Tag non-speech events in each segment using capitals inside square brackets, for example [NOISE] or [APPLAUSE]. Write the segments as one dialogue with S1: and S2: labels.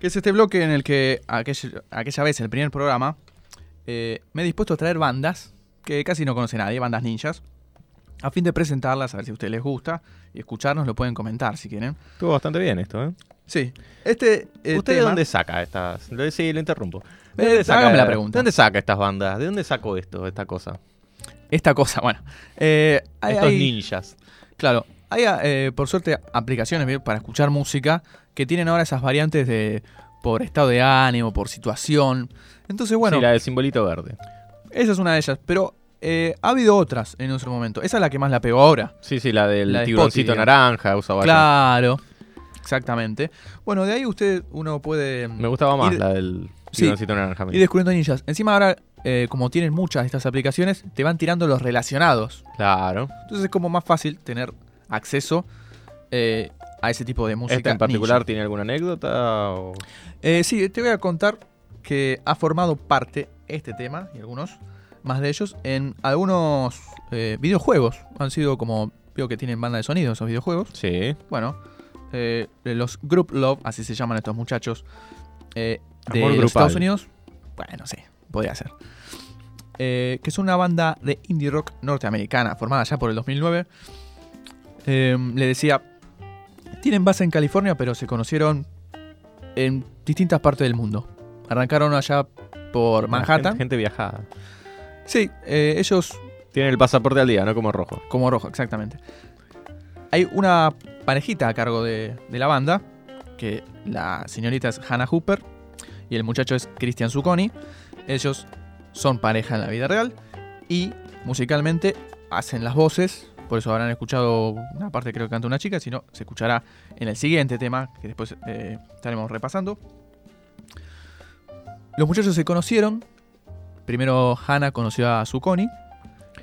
S1: que es este bloque en el que aquella, aquella vez, en el primer programa, eh, me he dispuesto a traer bandas que casi no conoce nadie, bandas ninjas, a fin de presentarlas, a ver si a ustedes les gusta, y escucharnos lo pueden comentar si quieren.
S2: Estuvo bastante bien esto, ¿eh?
S1: Sí, este... eh,
S2: ¿Usted de
S1: tema-
S2: dónde saca estas? lo- Sí, lo interrumpo. ¿De
S1: Eh,
S2: dónde
S1: hágame la pregunta.
S2: ¿De dónde saca estas bandas? ¿De dónde sacó esto, esta cosa?
S1: Esta cosa, bueno. Eh, hay-
S2: Estos
S1: hay-
S2: ninjas.
S1: Claro, hay eh, por suerte aplicaciones ¿bien? para escuchar música que tienen ahora esas variantes de por estado de ánimo, por situación. Entonces, bueno,
S2: Sí, la del simbolito verde.
S1: esa es una de ellas, pero eh, ha habido otras en nuestro momento. Esa es la que más la pegó ahora.
S2: Sí, sí, la del
S1: La de
S2: tiburoncito
S1: Spotty,
S2: naranja, usa vaya.
S1: Claro. Exactamente. Bueno, de ahí usted uno puede mm,
S2: Me gustaba más
S1: Y de-
S2: la del
S1: Sí.
S2: tiburoncito naranja.
S1: ir
S2: mira.
S1: descubriendo ninjas. Encima ahora, eh, como tienen muchas de estas aplicaciones, te van tirando los relacionados.
S2: Claro.
S1: Entonces es como más fácil tener acceso eh, a ese tipo de música.
S2: ¿Esta ¿Este en particular
S1: ninja.
S2: tiene alguna anécdota? o-
S1: Eh, sí, te voy a contar que ha formado parte este tema y algunos más de ellos en algunos eh, videojuegos. Han sido como, veo que tienen banda de sonido esos videojuegos.
S2: Sí.
S1: Bueno, eh, los Group Love, así se llaman estos muchachos, eh, de
S2: Amor
S1: los
S2: grupal.
S1: Estados Unidos. Bueno, sí, podría ser. Eh, que es una banda de indie rock norteamericana formada ya por el 2009. Eh, le decía, tienen base en California, pero se conocieron en distintas partes del mundo. Arrancaron allá por
S2: Gente,
S1: Manhattan.
S2: gente viajada.
S1: Sí, eh, ellos
S2: Tiene el pasaporte al día, no como rojo.
S1: como rojo, exactamente. Hay una parejita a cargo de, de la banda, que la señorita es Hannah Hooper y el muchacho es Christian Zucconi. Ellos son pareja en la vida real y musicalmente hacen las voces, por eso habrán escuchado una parte creo que canta una chica, si no, se escuchará en el siguiente tema que después eh, estaremos repasando. Los muchachos se conocieron, primero Hannah conoció a Zucconi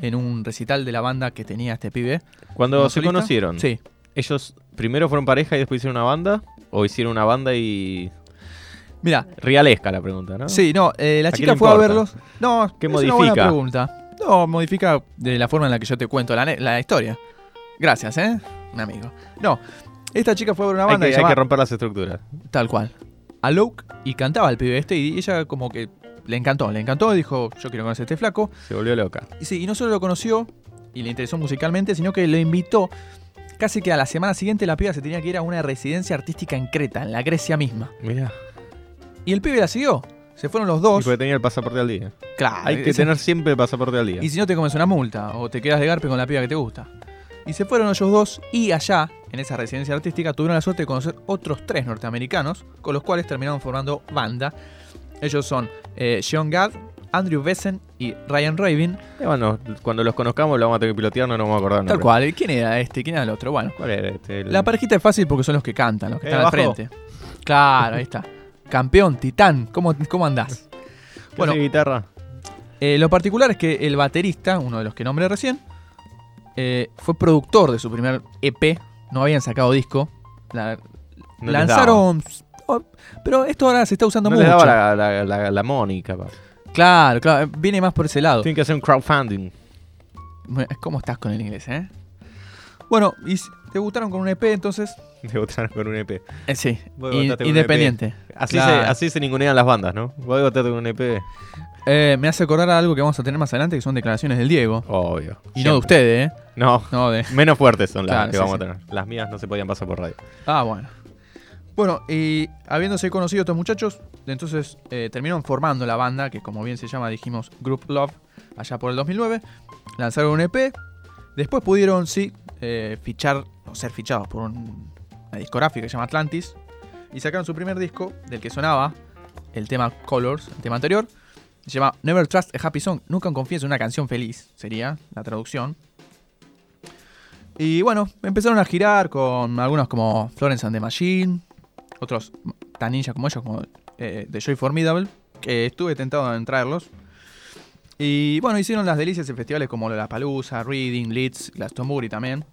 S1: en un recital de la banda que tenía este pibe.
S2: Cuando
S1: ¿Como
S2: se
S1: solista?
S2: conocieron,
S1: Sí.
S2: ¿ellos primero fueron pareja y después hicieron una banda? ¿O hicieron una banda y.
S1: Mira,
S2: Realesca la pregunta, ¿no?
S1: Sí, no, eh, la
S2: Ah. ¿A qué
S1: chica
S2: le
S1: fue a
S2: importa?
S1: verlos. No,
S2: ¿Qué
S1: es una buena
S2: modifica?
S1: pregunta. No, modifica de la forma en la que yo te cuento la, ne- la historia. Gracias, ¿eh? Un amigo. No, esta chica fue a ver una
S2: Hay
S1: banda
S2: que,
S1: que,
S2: hay
S1: llamaba-
S2: que romper las estructuras.
S1: tal cual. A Luke y cantaba el pibe este y ella como que le encantó, le encantó y dijo, yo quiero conocer a este flaco.
S2: Se volvió loca.
S1: Y sí, y no solo lo conoció y le interesó musicalmente, sino que lo invitó. Casi que a la semana siguiente la piba se tenía que ir a una residencia artística en Creta, en la Grecia misma.
S2: Mira.
S1: Y el pibe la siguió. Se fueron los dos.
S2: Porque tenía el pasaporte al día.
S1: Claro,
S2: Hay que
S1: ese-
S2: tener siempre el pasaporte al día.
S1: Y si no te comes una multa o te quedas de garpe con la piba que te gusta. Y se fueron ellos dos y allá, en esa residencia artística, tuvieron la suerte de conocer otros tres norteamericanos, con los cuales terminaron formando banda. Ellos son eh, Sean Gadd, Andrew Besen y Ryan Rabin.
S2: Eh, bueno, cuando los conozcamos lo vamos a tener que pilotear, no nos vamos a acordar.
S1: Tal
S2: nombre.
S1: cual, ¿quién era este? ¿Quién era el otro? Bueno,
S2: ¿Cuál era este? El-
S1: la parejita es fácil porque son los que cantan, los que
S2: Eh,
S1: están al
S2: abajo.
S1: frente. Claro, ahí está. Campeón, titán, ¿cómo, cómo andás?
S2: ¿Qué
S1: bueno.
S2: hace guitarra.
S1: Eh, lo particular es que el baterista, uno de los que nombré recién, eh, fue productor de su primer EP. No habían sacado disco. La-
S2: No les
S1: lanzaron. oh, pero esto ahora se está
S2: daba.
S1: usando
S2: No
S1: mucho.
S2: les daba la, la, la, la Mónica. pa.
S1: Claro, claro. Viene más por ese lado.
S2: Tienen que hacer un crowdfunding. [LAUGHS]
S1: Me- ¿Cómo estás con el inglés, eh? Bueno, y s- te gustaron con un EP entonces.
S2: Debutar con un EP.
S1: Eh, sí.
S2: Voy a
S1: in-
S2: votarte con un
S1: independiente.
S2: Así,
S1: Claro.
S2: se, así se ningunean las bandas, ¿no? Voy a votar con un E EP.
S1: Eh, me hace acordar a algo que vamos a tener más adelante, que son declaraciones del Diego.
S2: Obvio.
S1: Y no de ustedes, ¿eh?
S2: Siempre. No,
S1: No de.
S2: menos fuertes son las
S1: Claro,
S2: que
S1: sí,
S2: vamos
S1: sí.
S2: a tener. Las mías no se podían pasar por radio.
S1: Ah, bueno. Bueno, y habiéndose conocido estos muchachos, entonces eh, terminaron formando la banda, que como bien se llama, dijimos Group Love, allá por el 2009. Lanzaron un EP. Después pudieron, sí, eh, fichar o ser fichados por un- una discográfica que se llama Atlantis. Y sacaron su primer disco, del que sonaba el tema Colors, el tema anterior. Se llama Never Trust a Happy Song. Nunca confíes en una canción feliz, sería la traducción. Y bueno, empezaron a girar con algunos como Florence and the Machine, otros tan ninjas como ellos, como eh, The Joy Formidable, que estuve tentado en traerlos. Y bueno, hicieron las delicias en festivales como La Palusa, Reading, Leeds, Glastonbury también.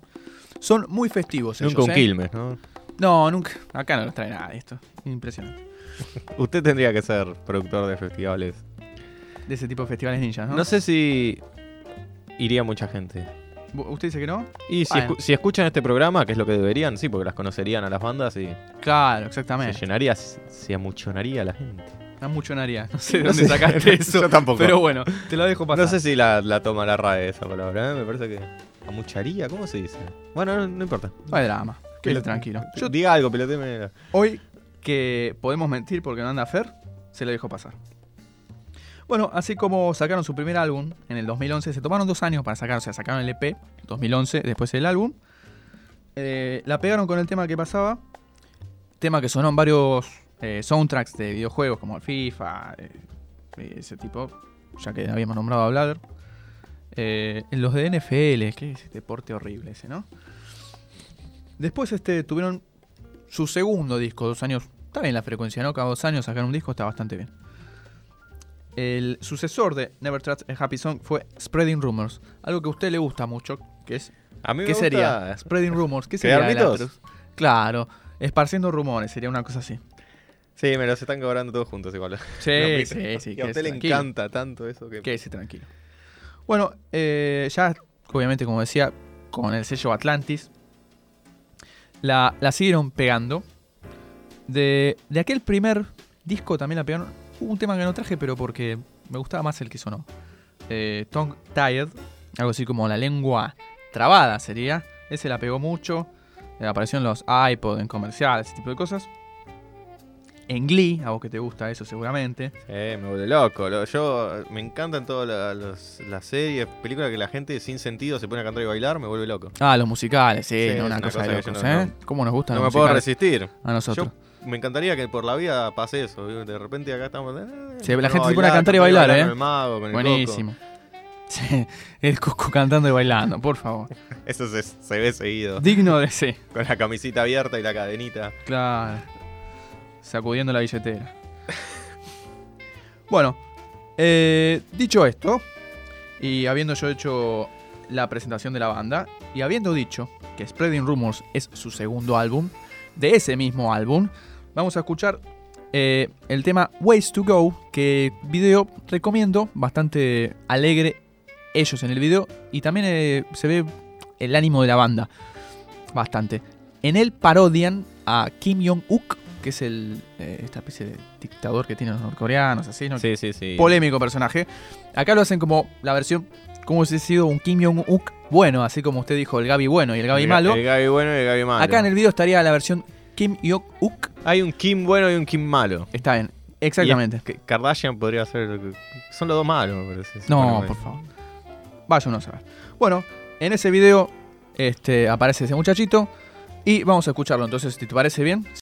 S1: Son muy festivos.
S2: Nunca
S1: ellos,
S2: un
S1: ¿eh?
S2: Quilmes, ¿no?
S1: No, nunca. Acá no los trae nada esto. Impresionante.
S2: Usted tendría que ser productor de festivales.
S1: De ese tipo de festivales ninjas, ¿no?
S2: No sé si iría mucha gente.
S1: ¿Usted dice que no?
S2: Y si,
S1: Bueno.
S2: escu- si escuchan este programa, que es lo que deberían, sí, porque las conocerían a las bandas y
S1: Claro,
S2: se
S1: exactamente.
S2: llenaría, se amuchonaría la gente.
S1: Está mucho en área. No sé de
S2: No
S1: dónde
S2: sé, [LAUGHS]
S1: sacaste eso.
S3: Yo tampoco.
S1: Pero bueno, te la dejo pasar.
S2: No sé si la, la toma la RAE esa palabra, ¿eh? me parece que. ¿Amucharía? ¿Cómo se dice? Bueno, no, no importa.
S1: No hay drama.
S2: Que
S1: Quédate
S2: lo-
S1: tranquilo. Yo
S2: Diga algo, peloteme.
S1: Hoy que podemos mentir porque no anda Fer, se lo dejó pasar. Bueno, así como sacaron su primer álbum en el 2011, se tomaron dos años para sacar, o sea, sacaron el E EP 2011, después el álbum. Eh, la pegaron con el tema que pasaba, tema que sonó en varios eh, soundtracks de videojuegos como el FIFA, eh, ese tipo, ya que habíamos nombrado a Bladder. Eh, los de NFL, que es este deporte horrible ese, ¿no? Después este, tuvieron su segundo disco, dos años. Está bien la frecuencia, ¿no? Cada dos años sacar un disco está bastante bien. El sucesor de Never Trust a Happy Song fue Spreading Rumors. Algo que a usted le gusta mucho, que es.
S2: A mí me
S1: ¿Qué
S2: gusta-
S1: sería? Spreading Rumors. ¿Qué
S2: ¿Crear
S1: sería? el
S2: mitos?
S1: Atrus? Claro, esparciendo rumores, sería una cosa así.
S2: Sí, me los están cobrando todos juntos igual.
S1: Sí,
S2: [LAUGHS] No,
S1: sí, sí.
S2: y a usted le
S1: tranquilo.
S2: encanta tanto eso que.
S1: Quédese tranquilo. Bueno, eh, ya, obviamente, como decía, con el sello Atlantis, la, la siguieron pegando. De, de aquel primer disco también la pegaron. Hubo un tema que no traje, pero porque me gustaba más el que sonó. Eh, Tongue Tired, algo así como la lengua trabada sería. Ese la pegó mucho. Eh, apareció en los iPod, en comerciales, ese tipo de cosas. En Glee, a vos que te gusta eso seguramente.
S2: Eh, me vuelve loco. lo- yo me encantan todas la- los- las series, películas que la gente sin sentido se pone a cantar y bailar, me vuelve loco.
S1: Ah, los musicales, sí,
S2: Sí,
S1: no,
S2: es
S1: una,
S2: una
S1: cosa,
S2: cosa
S1: de
S2: que yo
S1: locos,
S2: no-
S1: ¿eh? ¿Cómo nos gustan
S2: No
S1: los
S2: me puedo
S1: musicales
S2: resistir.
S1: a nosotros?
S2: Yo me encantaría que por la vida pase eso. ¿vio? De repente acá estamos. eh,
S1: Sí, la
S2: nos
S1: gente
S2: vamos
S1: se pone a cantar y bailar, ¿eh?
S2: Con el mago, con el
S1: Buenísimo. [LAUGHS] Sí, el Cusco cantando y bailando, por favor.
S2: coco. Eso se, se ve seguido.
S1: Digno de sí.
S2: Con la camisita abierta y la cadenita.
S1: Claro. Sacudiendo la
S2: [LAUGHS]
S1: billetera. bueno, eh, dicho esto, y habiendo yo hecho la presentación de la banda, y habiendo dicho que Spreading Rumors es su segundo álbum, de ese mismo álbum, vamos a escuchar eh, el tema Ways to Go, que video recomiendo, bastante alegre ellos en el video, y también eh, se ve el ánimo de la banda, bastante. En él parodian a Kim Jong-uk, que es el eh, esta especie de dictador que tienen los norcoreanos, así, ¿no?
S2: Sí, sí, sí.
S1: Polémico personaje. Acá lo hacen como la versión, como si hubiese sido un Kim Jong-uk bueno, así como usted dijo, el Gaby bueno y el Gaby
S2: El ga-
S1: malo.
S2: El Gaby bueno y el Gaby malo.
S1: Acá en el video estaría la versión Kim Jong-uk.
S2: Hay un Kim bueno y un Kim malo.
S1: Está bien, exactamente.
S2: Que Kardashian podría ser. lo que- Son los dos malos, me parece. Se
S1: No,
S2: ponen-
S1: por favor. Vaya uno a saber. Bueno, en ese video este, aparece ese muchachito y vamos a escucharlo. Entonces, si te parece bien,